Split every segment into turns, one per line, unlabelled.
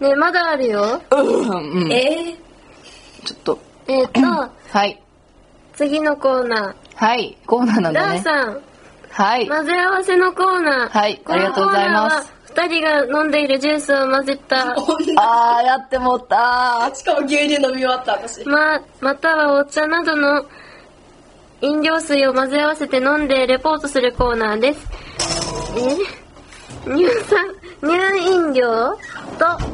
ねまだあるよ。
うん、うん、
え
ちょっと。
えっと、
はい。
次のコーナ
はい。コーナーな
ー。
んだ
ダー
ね。
さん、
はい。
混ぜ合わせのコーナー。
はいありがとうございます。
二人が飲んでいるジュースを混ぜた、
あー、やってもった
しかも牛乳飲み終わった私
ま、またはお茶などの飲料水を混ぜ合わせて飲んでレポートするコーナーです。え乳酸、乳飲料と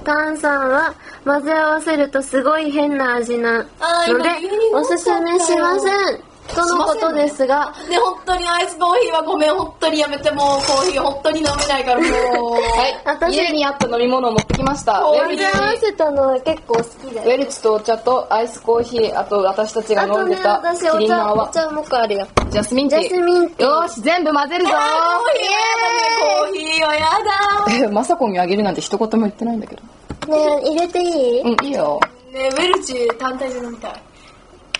炭酸は混ぜ合わせるとすごい変な味な
あー
の
今
で
牛乳飲
お
んじゃ
す
ったよ
すめしませんとのことですが、
ね本当にアイスコーヒーはごめん本当にやめてもうコーヒー本当に飲めないからもう
はい。
私
家にあった飲み物を持ってきました。ウ
こう
混
ェルチ
ぜ合わせたのは結構好き
ウ
で。
ェルチとお茶とアイスコーヒー、あと私たちが
あ
飲
と
んで
ね、
た
私
キ
お
リンの
茶、お
泡。
茶もう一個あるよ。
ジャスミン
ジ
ティ
ャ
ー。
スミンティー
よーし、全部混ぜるぞー
あーコーヒーはやだねコーヒーはや
え
だ
まさこにあげるなんて一言も言ってないんだけど。
ねえ入れていい
うん、いいよ。
ねウェルチ単体で飲みたい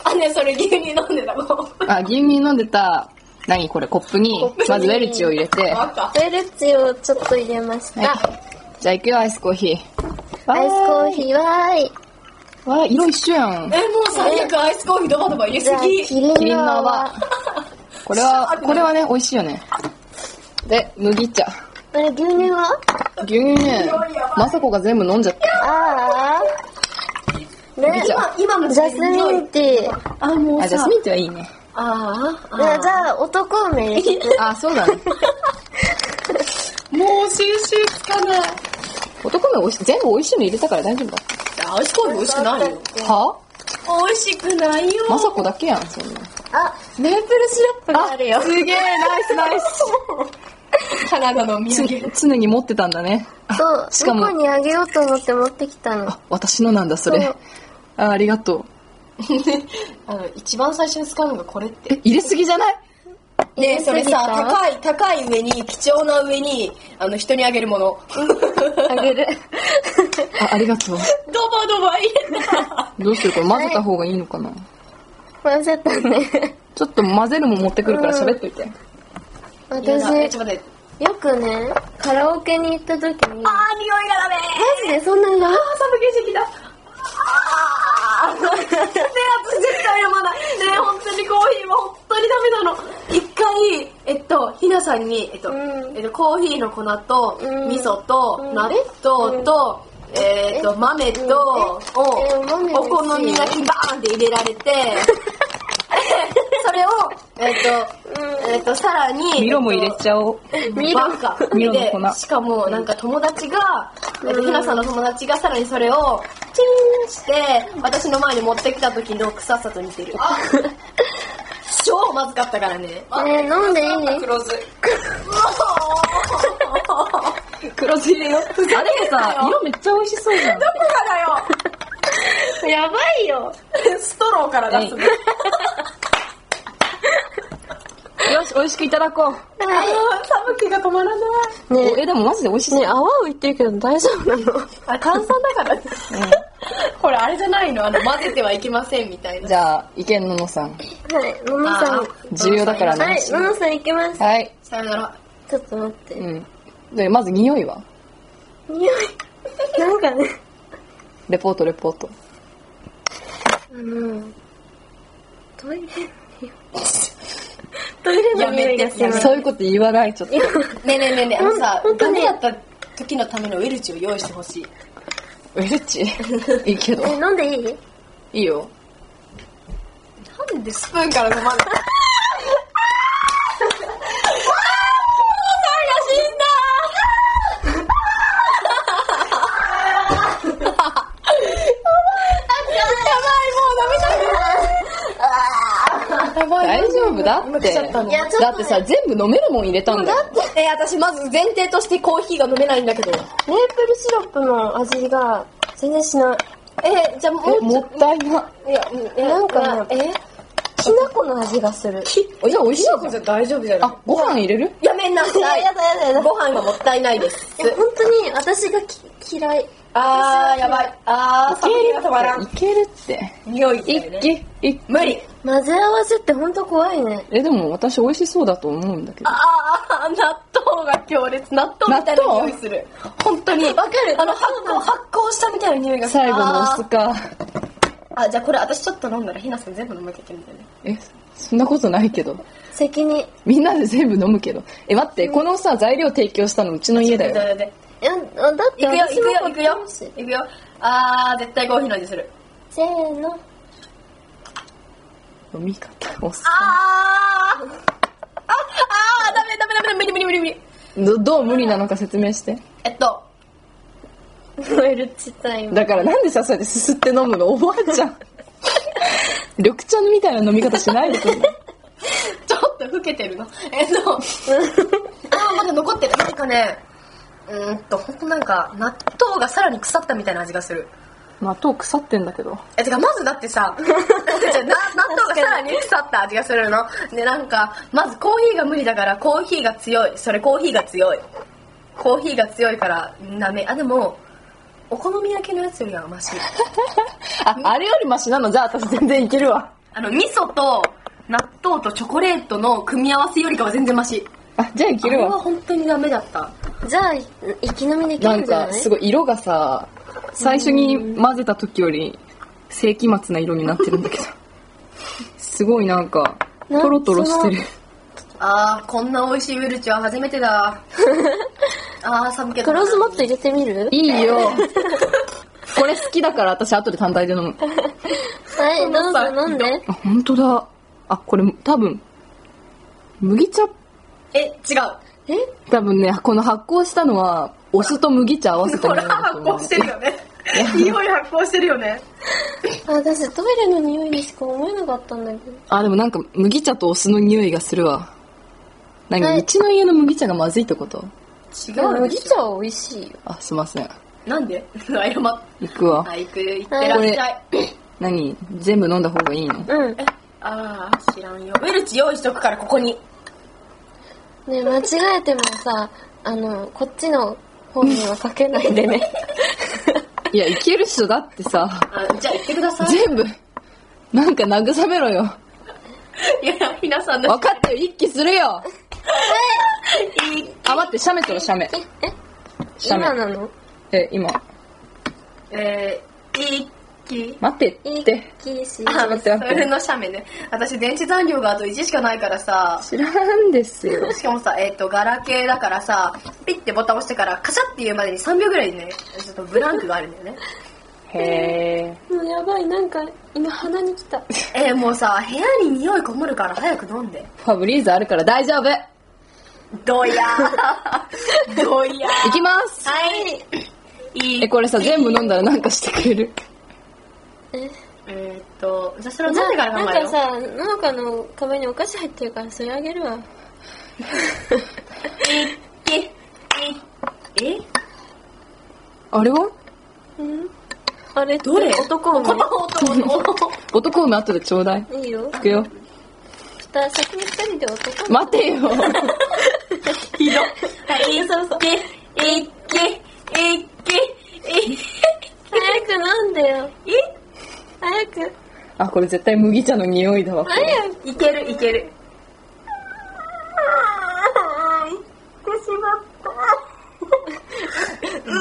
あねそれ牛乳飲んでたもん
あ、牛乳飲んでた、何これ、コップに、まずウェルチを入れて、
バ
は
カ
ウェルチをちょっと入れまし
い
た。
じゃあ行くよ、アイスコーヒー。
アイスコーヒーはーい。
ー。わー、色一緒やん
え。もう最悪アイスコーヒードバドバ入れ
じゃあ、
すぎ
キリン
キリン
の
の
泡
泡。。これは、これはね、美味しいよね。で、麦茶。
あれ、牛乳は
牛乳ね、まさこが全部飲んじゃった。
ああ。ね
麦茶
今の
ジャスミンティー。ね
あもう
あ、ジャ
さ
スミンティーはいいね。
あーあ
じゃあ、男梅入れて。
あ、そう だね。
ーもう収集つかない
男の美味しい、全部美味しいの入れたから大丈夫だ
アイスコーヒー美味しくないよ
った。は
美味しくないよ
まさこだけやん、そんな。
あ、メープルシロップがあるよ。
すげえ、ナイスナイ
カナダのお土産
ス。常に持ってたんだね。
そう、
しかも
猫にあげようと思って持ってきたの。
あ私のなんだそれ
そう
あありがとう
あの一番最初に使うのがこれって
え入れすぎじゃない
ねそれさ
入れすぎた
高い高い上に貴重な上にあの人にあげるも の
あげる。
あありがとう
ドバドバ入れた
どうするこれ混ぜた方がいいのかな、
混ぜたね。
ちょっと混ぜるもん持ってくるから喋っといて、
嫌だえ
私
ちょ、っと待って
よくね、カラオケに行った時に、マ
あー匂いがダメ
ジでそんなに、あ
あー寒気してきた あーねえ私絶対飲まないねえ本当にコーヒーは本当にダメなの一回えっとひなさんにえっと、
うん
えっとコーヒーの粉と、
うん
味噌と、
うん
納豆と、えっと豆と、
え
を
お豆
お好み焼きバーンって入 れられてそれをえっと、えっとさらに
ミロも入れちゃおう
ミロ
バカ
ミロの粉
でしかもなんか友達が、えっとひなさんの友達がさらにそれをチンして私の前に持ってきた時の臭さと似てる 超まずかったからね
ね飲んでいい
黒酢
黒酢入れよあでも さ色めっちゃ美味しそうじゃん
やばいよ。
ストローから出すの
はよし美味しくいただこう、
あー寒気が止まらない
ね
おえでもマジで美味しそう、
ね泡を言ってるけど大丈夫なの
あ炭酸だからねこれあれじゃないのあの混ぜてはいけませんみたい
うん
な
じゃあ意見ののさん
はい、ののさ
あ
ん。
重要だから
は
ね
い、ののさん行きます。
はい
さよなら
ちょっと待って。
うんでまず匂いは
匂い。なんかね。
レポートレポート
あの、トイレの匂い。トイレの匂いがす
や
る
め。て
そういうこと言わないちょっと
ねえねえねえねえあのさ
ほんほんと
ダ
ね
メだった時のためのウェルチを用意してほしい
ウェルチいいけど
え、飲んでいい
いいよ
なんでスプーンから飲まないやば
大丈夫だ
今
っ
来
て
ちゃったの
いやちょっとね
だってさ全部飲めるもん入れたんだよ
え私まず前提としてコーヒーが飲めないんだけど
メープルシロップの味が全然しない。
えじゃあも
え
う
もったいない
やえ
なんかね、えきな粉の味がする。
き
おじゃあ美味しいじゃん
きな粉じゃ大丈夫じゃない
あご飯入れる
やめなさい
やだやだやだ
ご飯がもったいないです
え本当に私がき嫌い。
あーやばいあー
い
酒が止まらん
いけるって
匂いだよね
一気一
無理
混ぜ合わせってほんと怖いね。
え、でも私美味しそうだと思うんだけど。
ああ、納豆が強烈。納豆みたいな匂いする。本当に。わかる。あの、発酵、発酵したみたいな匂いがする
最後のお酢か。
あ、じゃあこれ私ちょっと飲んだら、ひなさん全部飲まなきゃいけないんだよね。
え、そんなことないけど。
責任。
みんなで全部飲むけど。え、待って、このさ、材料提供したのうちの家だよ。
よ。で
いや、あだっ
い
て
くよ、
私も
いくよ、いくよ。いくよ。あー、絶対コーヒーの味する。
せーの。
飲み方。お酢
あー。あ、あー、ダメダメダメダメ、無理無理無理無理。
どどう無理なのか説明して。
えっと、
燃えるちっちゃい。
だからなんでさ、そうやってすすって飲むのおばあち ゃん。緑茶みたいな飲み方しないでくれない
ちょっと老けてるの。えっと、あー、まだ残ってる。なんかね、うーんと、ほんとなんか、納豆がさらに腐ったみたいな味がする。
納豆腐ってんだけど。
え、てか、まずだってさ、じゃあ な納豆がさらに腐った味がするの。で、なんか、まずコーヒーが無理だから、コーヒーが強い。それコーヒーが強い。コーヒーが強いから、ダメ。あ、でも、お好み焼きのやつよりはマシ。
あ、あれよりマシなのじゃあ私全然いけるわ。
あの、味噌と納豆とチョコレートの組み合わせよりかは全然マシ。
あ、じゃあい
あ
け
れ
る
は
わ。
本当にダメだった。
じゃあ、い生き飲みでき
な
る
ん
んじゃ
か
ない
すごい色がさ、最初に混ぜた時より世紀末な色になってるんだけど。すごいなんか、
な
トロトロしてる。
あー、こんな美味しいウルチは初めてだ。 あー、寒気だ
黒
な。
酢もっと入れてみる
いいよ。これ好きだから私後で単体で飲む。
はい、ど
さ
うぞ飲んで。
あ、本当だ。あ、これ多分、麦茶、
え、違う。
え
多分ね、この発酵したのは、お酢と麦茶合わせた
ほ
も
ら、
のだと
発
思う
酵してるよね。匂い発酵してるよね。
あ私トイレの匂いにしか思えなかったんだけど。
あ、でもなんか麦茶とお酢の匂いがするわ。何、
はいう
ちの家の麦茶がまずいってこと
違
でも
うで
麦
し
茶
ょ
は美味しいよ。
あ、すいません。
なんで謝っ
行くわ。
あ行く行ってらっしゃい
何全部飲んだ方がいいの
うん。
えああ知らんよウェルチ用意しとくからここに
ね間違えてもさ、あの、こっちの方にはかけない でね。
いや、いける人だってさ、
あじゃあ行ってください
全部、なんか慰めろよ。
いやいやひなさんだ
分かったよ、一気するよ。あ、待って、シャメとろ、シャメ。
え
シャ
今
メ。
なの
え、今。
えー、一気
待って
い
っ
い
て。
気し。
あ待って待って
それの写メね私電池残量があと1しかないからさ
知らんですよ。
しかもさえっ、とガラケーだからさピッてボタン押してからカシャって言うまでに3秒ぐらいでねちょっとブランクがあるんだよね
へー。
もうやばい、なんか、今鼻に来た。
えー、もうさ部屋に匂いこもるから早く飲んで
ファブリーズあるから大丈夫。行
どやーどやー
きます。
はい。いい
え、これさ、全部飲んだらなんかしてくれる。
え
えーっと、じゃあそれを飲んでから
な
考
ん
えよ
か
う。
さ、農家の壁にお菓子入ってるからそれあげるわ。
え、え、え、
あれは
うんあれって
どれ
男
この
も
音、音。
男梅後でちょうだい。
いいよ。
行くよ。
二先に二人で男の
待てよ。
ひど。はい、そうそう。え、え、え、え、え、
早く飲んでよ。
え、
早く。
あ、これ絶対麦茶の匂いだわ。
早く。
え、いける、いける。行ってしまった。も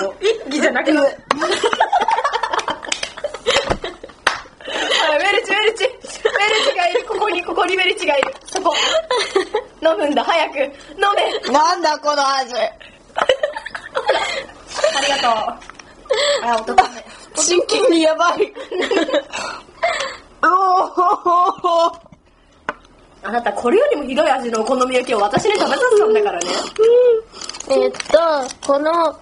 う、一気じゃなくなる。はい、ウェルチ、ウェルチ。ウェルチがいる。ここに、ここにウェルチがいる。そこ。飲むんだ、早く。飲め。
なんだこの味。
ありがとう。あ、男ね。
真剣にや ばい。おお
あなた、これよりもひどい味のお好み焼きを私に食べさせたんだからね。
えっと、この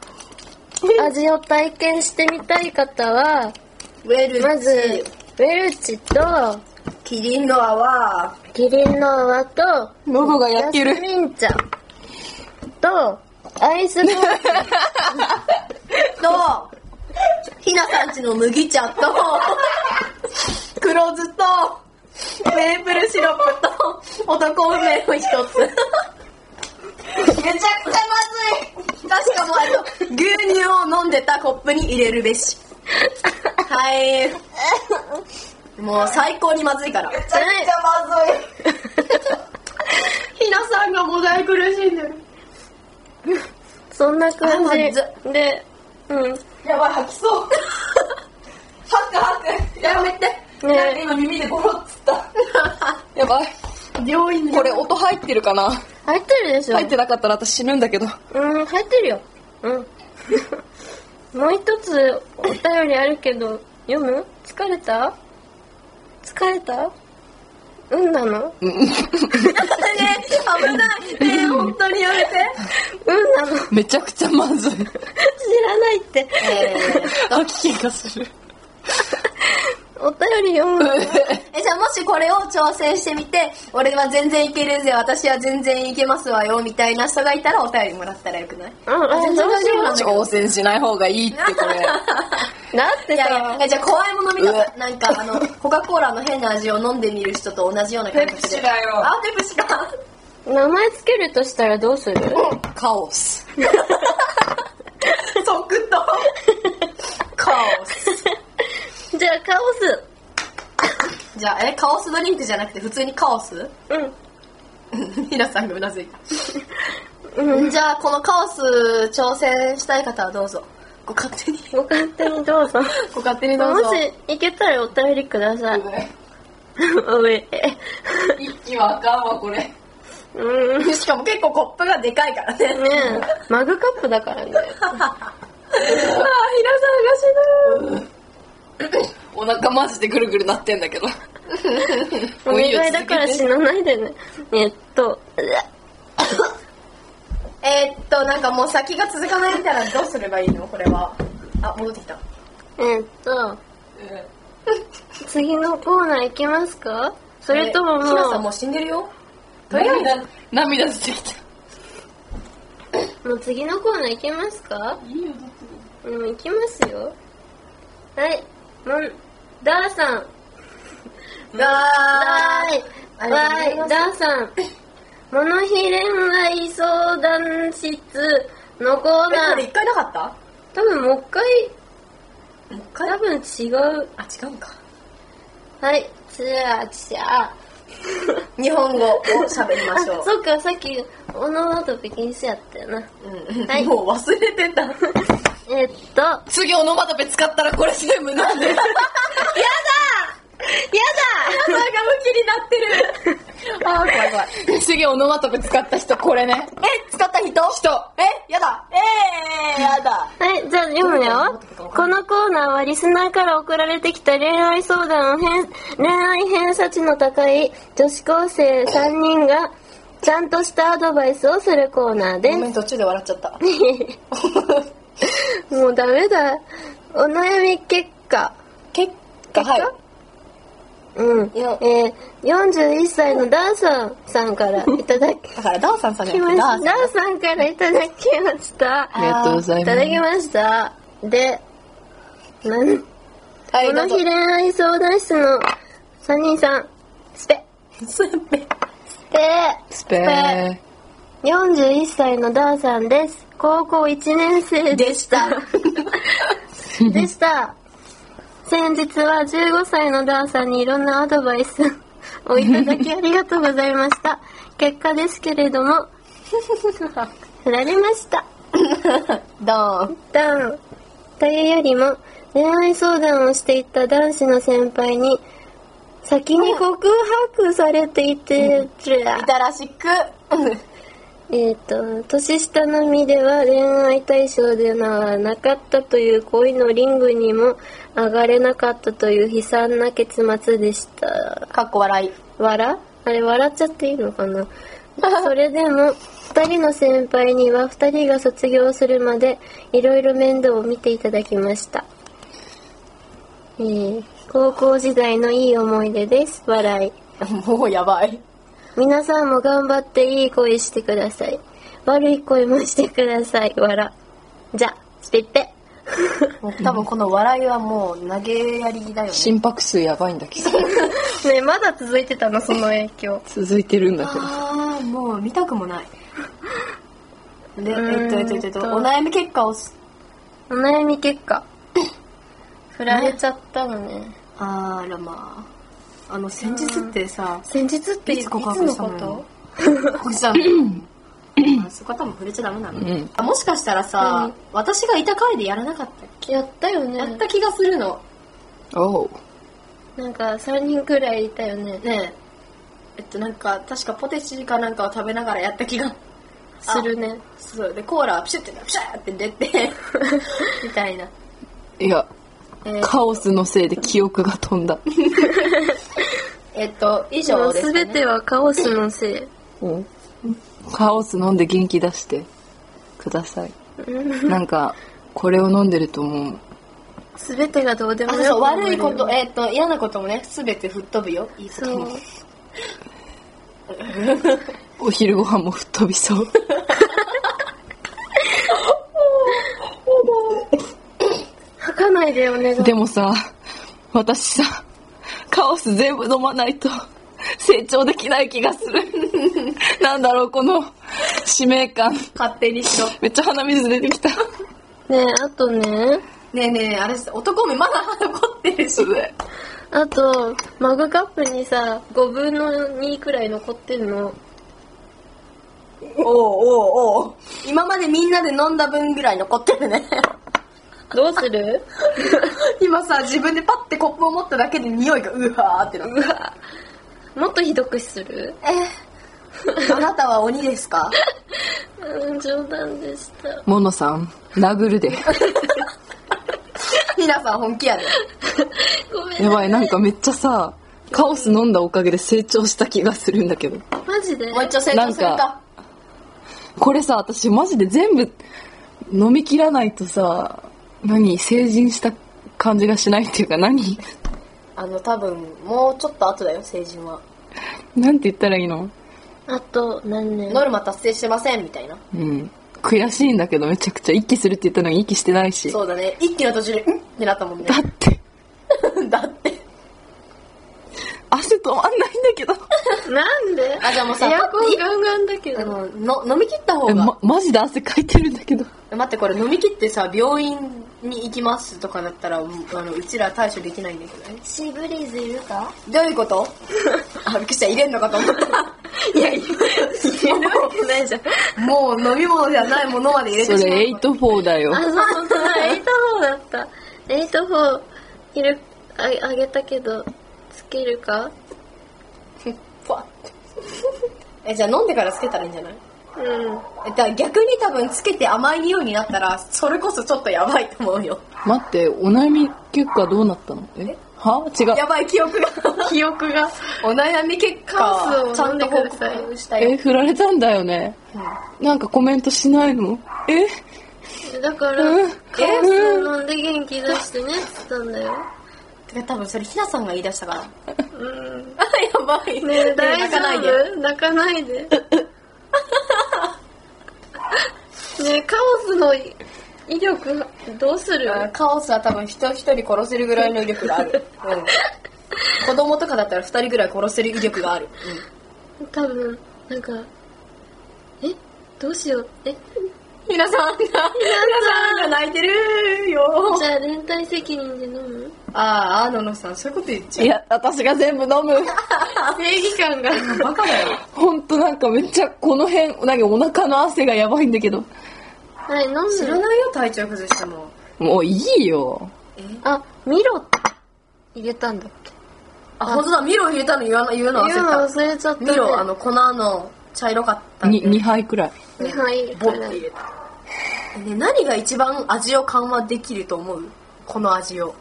味を体験してみたい方は、
ウェルチ、
まず、ウェルチと、
キリンの泡、
キリンの泡と、
喉が
ヤ
焼
ス
ける。
ミン茶と、アイ スコーヒー
と、ひなさんちの麦茶と、黒酢と、メープルシロップと、男梅を一つ。めちゃくちゃまずい確かもうあの、牛乳を飲んでたコップに入れるべし。はい。もう最高にまずいから
めちゃくちゃまずい。
ひなさんがもだい苦しんでる
そんな感
あま
じで、うん。
やばい、吐きそう。吐く吐く。やめて。
ね
なんか今耳でゴロっつった。
やばい。
病院
これ音入ってるかな
入ってるでしょ
入ってなかったら私死ぬんだけど。
うん、入ってるよ。うん。 もう一つお便りあるけど、読む疲れた疲れたうんなの
危ないねえ本当にや めて
うんなの
めちゃくちゃまずい。
知らないって。
あ、気がする。
お便り読むの
えじゃあもしこれを挑戦してみて「俺は全然いけるぜ私は全然いけますわよ」みたいな人がいたらお便りもらったらよくない
うん、あ、
全然大丈夫なんだけど
挑戦しない方がいいってこれ。
だって
いやいや
さ、
えじゃあ怖いもの見たなんかあのコカ・コーラの変な味を飲んでみる人と同じよう な感
ペプ
じ
シ
で
だよ
あペプシか
名前つけるとしたらどうする
カオ ス。
即答 カオス
じゃあ、カオス。
じゃあえカオスドリンクじゃなくて普通にカオス
う
ひなさんがうなずいた、じゃあこのカオス挑戦したい方はどうぞご勝手に
ん。ご勝手にどうぞ。
ご勝手に どうぞ
もし、いけたらお便りください。 上。
一気はあかんわ、これ。
うん。ね
しかも結構コップがでかいからねあーひな
え、マグカップだからね。
さんが死ぬ
お腹マジでぐるぐるなってんだ けど。
お願いだから死なないでね。えっと、
えーっとなんかもう先が続かないみたいなどうすればいいのこれはあ戻ってきた
えっと、次のコーナー行きますかそれとも
えひなさん
も
もう死んでるよ
とりあえず涙出てきた。
う、もう次のコーナー行きますかうん、行きますよ。はい、もん、ダーさん。
だ
わーい。
ありが
わ
とう
ー
ご
い、
ざ
ダーさ ん。モノヒレン愛相談室のコーナ
ーいえこれ
ー。
一回なかった
多分もう一回、
もう一回
多分違う。
あ違うんか
はい、じゃあ、じゃあ。
日本語を喋りましょ
あ、そっか、さっき、オノマトペ禁止やったよな。
う、うん
はい
もう忘れてた
えっと、やだ
次オノマトペ使ったらこれ全 部なんで。
それが向きになってるあー怖い怖い
次オノマトペ使った人これね。
え使った人人えやだえー、やだ
はい、じゃあ読むよ。このコーナーはリスナーから送られてきた恋愛相談を偏恋愛偏差値の高い女子高生3人が、ちゃんとしたアドバイスをするコーナーで
ご
す
めん途中で笑っちゃった
もうダメだ。お悩み結果。
結果はい
うん。え
よ
ー、41歳のダーさんさん からいただき
だからダーさんさんじゃ
ま
な
し
くてダ
た。
ー
ダーさんからいただきました。
ありがとうございます
いただきました。で、なん
さん
この日恋愛相談室の3人さん、スペ。
スペ
で、
スペー。
41歳のダーさんです。高校1年生でした。でした。先日は15歳のダーさんにいろんなアドバイス をいただきありがとうございました。結果ですけれども、振られました。
ドーン
ダウンというよりも恋愛相談をしていた男子の先輩に先に告白されていてる、
いたらしく
えっ、と年下の身では恋愛対象ではなかったという恋のリングにも上がれなかったという悲惨な結末でした
かっこ笑い
笑あれ笑っちゃっていいのかなそれでも2人の先輩には2人が卒業するまでいろいろ面倒を見ていただきました、えー高校時代のいい思い出です笑い
もうやばい
皆さんも頑張っていい恋してください悪い恋もしてください笑じゃスペッペ
もう多分この笑いはもう投げやりだよね
心拍数やばいんだけど。
ねまだ続いてたのその影響
続いてるんだけど。
ああもう見たくもないでえ
ーん
っとえっとえっとえっとお悩み結果をす
お悩み結果振られちゃったのね
あらまああの先日ってさ
先日って
いつ告白したのよこしたあそういう方も触れちゃダメなの、
うん
あもしかしたらさ私がいた回でやらなかったっ
やったよ
けやっ
ね
た気がするの
おう。
なんか3人くらいいたよね
ねええっとなんか確かポテチかなんかを食べながらやった気が
するね
そうでコーラはピシュッてピシャーって出て みたいない
や、
えー
カオスのせいで記憶が飛んだ。
えっと以
も
上
う
ですね
全てはカオスのせい
うんカオス飲んで元気出してください。なんか、これを飲んでるともう、
全てがどうでも
あ
よく
そう
なる
悪いことえっと嫌なこともね全て吹っ飛ぶよいいこと
そう
も
お昼ご飯も吹っ飛びそう。
吐かないでお願い
でもさ、私さ、カオス全部飲まないと成長できない気がす る。なんだろう、この使命感。
勝手にしろ
めっちゃ鼻水出てきた。
ねえあとね
ねえねえねえあれ男目まだ残ってるし
あとマグカップにさ5分の2くらい残ってるの
おうおうおう今までみんなで飲んだ分ぐらい残ってるね
どうする
今さ自分でパッてコップを持っただけで匂いがうわーってなって
もっとひどくする
あなたは鬼ですか
うん冗談でした
モノさん、殴るで。
皆さん本気やで
ごめん
やばい、なんかめっちゃさ、カオス飲んだおかげで成長した気がするんだけど。
マジで
もう一応成長する
な
か
んかこれさ、私マジで全部飲み切らないとさ、何、成人した感じがしないっていうか何、
あの多分もうちょっと後だよ成人は
なんて言ったらいいの
あと何年
ノルマ達成してませんみたいな
うん。悔しいんだけどめちゃくちゃ息するって言ったのに息してないし。
そうだね一気の途中で「ん?」ってなった もんね
だって、
だって
汗止まんないんだけど。
なんで
あじゃあもうさ
エアコンガンガンだけ
あ
ど
のの飲み切った方
え
が、
ま、マジで汗かいてるんだけど。
待ってこれ飲み切ってさ病院に行きますとかだったらうんあのうちら対処できないんだけどね
シーブリーズいるか
どういうこと あびっくりした入れんのかと思ったいやい
いるわけないじゃん
やもう飲み物じゃないものまで入れ
そ
てしま
れ
う
8-4だよ
あ。そう本当だエイトフォーだったエイトフォーいるああげたけどつけるか
ふわってえじゃあ飲んでからつけたらいいんじゃない
うん
えだから逆に多分つけて甘い匂いになったらそれこそちょっとやばいと思うよ
待って、お悩み結果どうなったのえは違う。
やばい記憶が
記憶が
お悩み結
カ
果
オス
ち
を
ゃ
飲ん
ん
で
と
く
報
ださい
告した
え、
い
振られたんだよね。なんかコメントしないのえ
だから
うん
カオスを飲んで元気出してねって言ったんだよ
てか多分それひなさんが言い出したから
うん
あ やばい
ねえ大
泣かないで
丈夫泣かない でねえカオスの威力どうする
あカオスは多分人一人殺せるぐらいの威力があ る、うん、子供とかだったら二人ぐらい殺せる威力がある、
多分なんかえどうしようえ
うん、皆さんが皆さんが泣いてるよ
じゃあ連帯責任で飲む
あああののさんそういうこと言っちゃ
いや、私が全部飲む。
正義感が
うバカだよ
ほんとなんかめっちゃこの辺、なんかお腹の汗がやばいんだけど。
はい飲
知
む
らないよ体調崩しても
もういいよ。
あ見ろって入れたんだっけ
あ本当だミロ入れたの言わな言うの忘れ
言うの
た
忘れちゃった、ね、
ミロあの粉の茶色かったんで
に、2杯くらい。
2杯入れ
ボ
た
ッて
ら
入れた、ね、何が一番味を緩和できると思うこの味を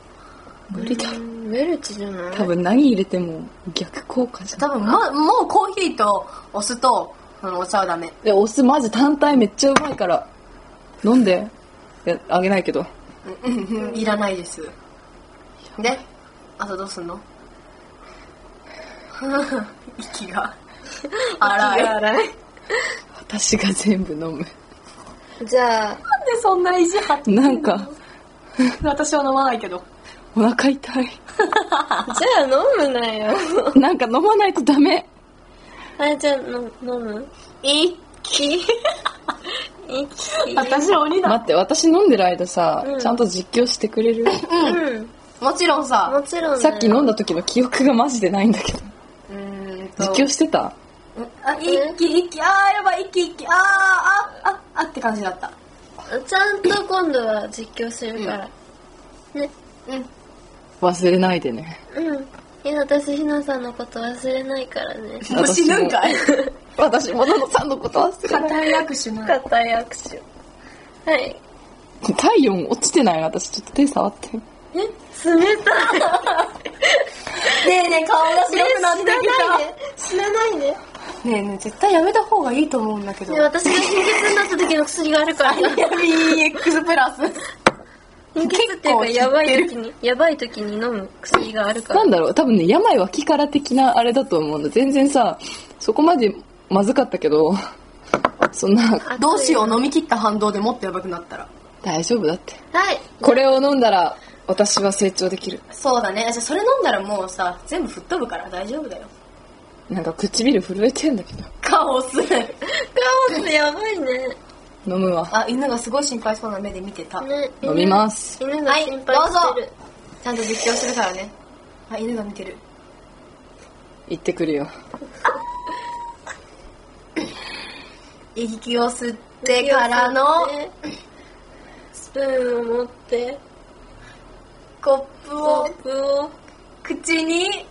無理だ。
うんメルチじゃない
多分何入れても逆効果じゃん。
多分まもうコーヒーとお酢とあのお茶はダ メ
で、お酢マジ単体めっちゃうまいから。飲んで。いや、あげないけど。
いらないですであとどうすんの 息が 荒い荒い
私が全部飲む。
じゃあ
なんでそんな意地張って
なんか、
私は飲まないけど
お腹痛い。
じゃあ飲むなよ
なんか飲まないとダメ。
はいじゃあの飲む一気一気
私は鬼だ
待って、私飲んでる間さ、
うん
ちゃんと実況してくれる
うん
もちろんさ
もちろん、ね、
さっき飲んだ時の記憶がマジでないんだけど
うーんと
実況してた
あ一気一気あーやばい一気一気あーあああって感じだった
ちゃんと今度は実況するから、ね
うん
忘れないでね
うんいや私ひなさんのこと忘れないからね
私も
死ぬんかい
私もののさんのこと忘れ ない
固い握手な
固い握手はい
体温落ちてない私ちょっと手触って
冷たい
えねえ顔が白くなってき
死なないで
たねえねえ絶対やめた方がいいと思うんだけど
ね私が貧血になった時の薬があるからな
BX プラス
貧血っていうかやばい時にやばい時に飲む薬があるか
な
ら
んだろう多分ね病は気から的なあれだと思うんだ全然さそこまでまずかったけどそんな
熱い
どうしよう飲み切った反動でもっとやばくなったら
大丈夫だって
はい
これを飲んだら私は成長できる
そうだねじゃあそれ飲んだらもうさ全部吹っ飛ぶから大丈夫だよ
なんか唇震えてんだけど
カオス
カオスやばいね
飲むわ
あ犬がすごい心配そうな目で見てた
ね
飲みます
犬が
はい
心
どうぞ
配してる、
ちゃんと実況するからねあ犬が見てる
行ってくるよ
息を吸ってからの
ねスプーンを持って
コップ
コ
を
ップを
口に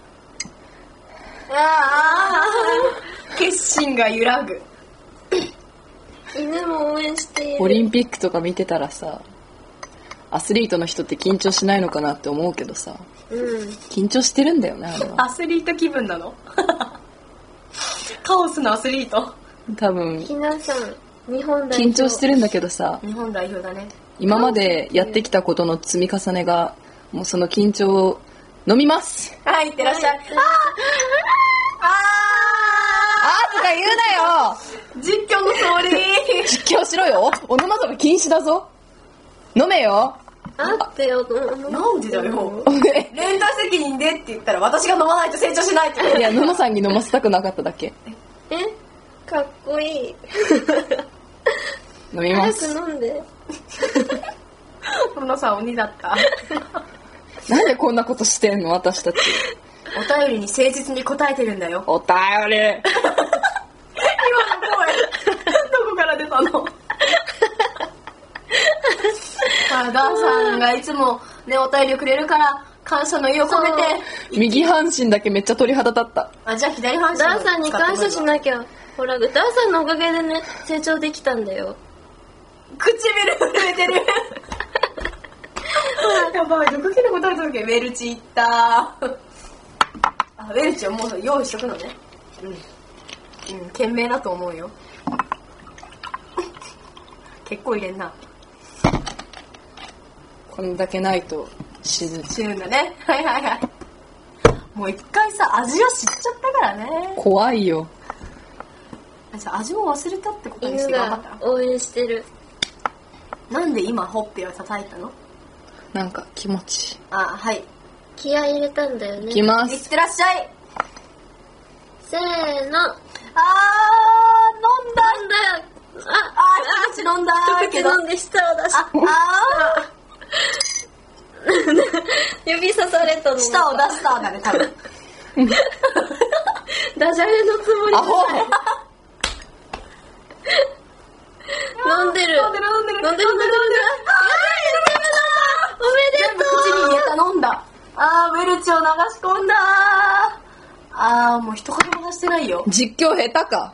ああ決心が揺らぐ
犬も応援してい
オ
る
リンピックとか見てたらさアスリートの人って緊張しないのかなって思うけどさ
うん
緊張してるんだよねあれは
アスリート気分なの カオスのアスリート
多分
ひなさん日本代表
緊張して
る
るんだけどさ
日本代表だね
今までやってきたことの積み重ねがもうその緊張を飲みます
はいいってらっしゃい
あ
あ
ーとか言う
ー実況の通り
なよ実況しろよオノマトペ禁止だぞ飲めよ
あってよ
なんでだよ連帯責任でって言ったら私が飲まないと成長しないって
いや野々さんに飲ませたくなかっただけ
えかっこいい
飲みま
早
す
く飲んで
このさん鬼だった
なんでこんなことしてんの私たち
お便りに誠実に答えてるんだよ
お便り
今の声どこから出た のあダンさんがいつもねお便りをくれるから感謝の意を込めて
右半身だけめっちゃ鳥肌立った
あじゃあ左半身を
ダンさんに感謝し
い
なきゃほらダンさんのおかげでね成長できたんだよ
唇触れてる やばい毒気の答えた時ウェルチいったあウェルチをもう用意しとくのねうん、うん、賢明だと思うよ結構入れんな
こんだけないと死ぬ
死ぬんだねはいはいはいもう一回さ味を知っちゃったからね
怖いよ
あじゃあ味も忘れたってことにし
犬
て頑張っ
が応援してる
たなんで今ほっぺを叩いたの
なんか気持ちい
あはい
気合い入れたんだよ
い
ね
いきま
いっ
す
てらっしゃい
せーの
あー飲んだ
飲んだよあ
あー一口飲んだ
一口
ーけど
飲んで舌を出し
ああ
指さされたの
ー舌を出したんだね多分
ダジャレのつもり
アホ
飲んでる飲んでる飲んでる飲ん
飲んで
でるおめでとう
口に入れた飲んだあーウェルチを流し込んだーあーもう一言も出してないよ
実況下手か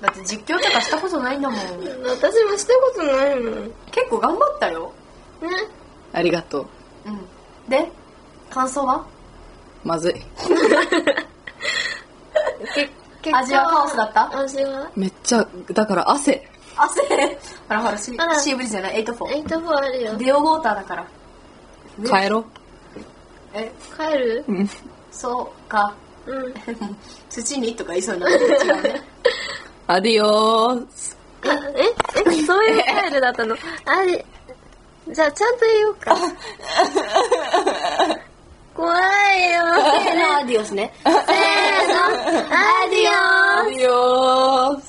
だって実況とかしたことないんだもん結
私もしたことないもんね
構頑張ったよ
ありがとう
うんで感想は
まずい
け結
味はカオスだった
味は
めっちゃだから汗
汗ほらほらシ
あら
ーブリじゃない84
えっとフォあるよ
デオウォーターだから
帰ろ
え
帰る
う、うん、
そうか
うん
土にとか言いそうになってる違うね
アディオース
あええそういう帰るだったのあれじゃあちゃんと言おうか怖いよ
せーのアディオスね
せーのアディオン
アディオース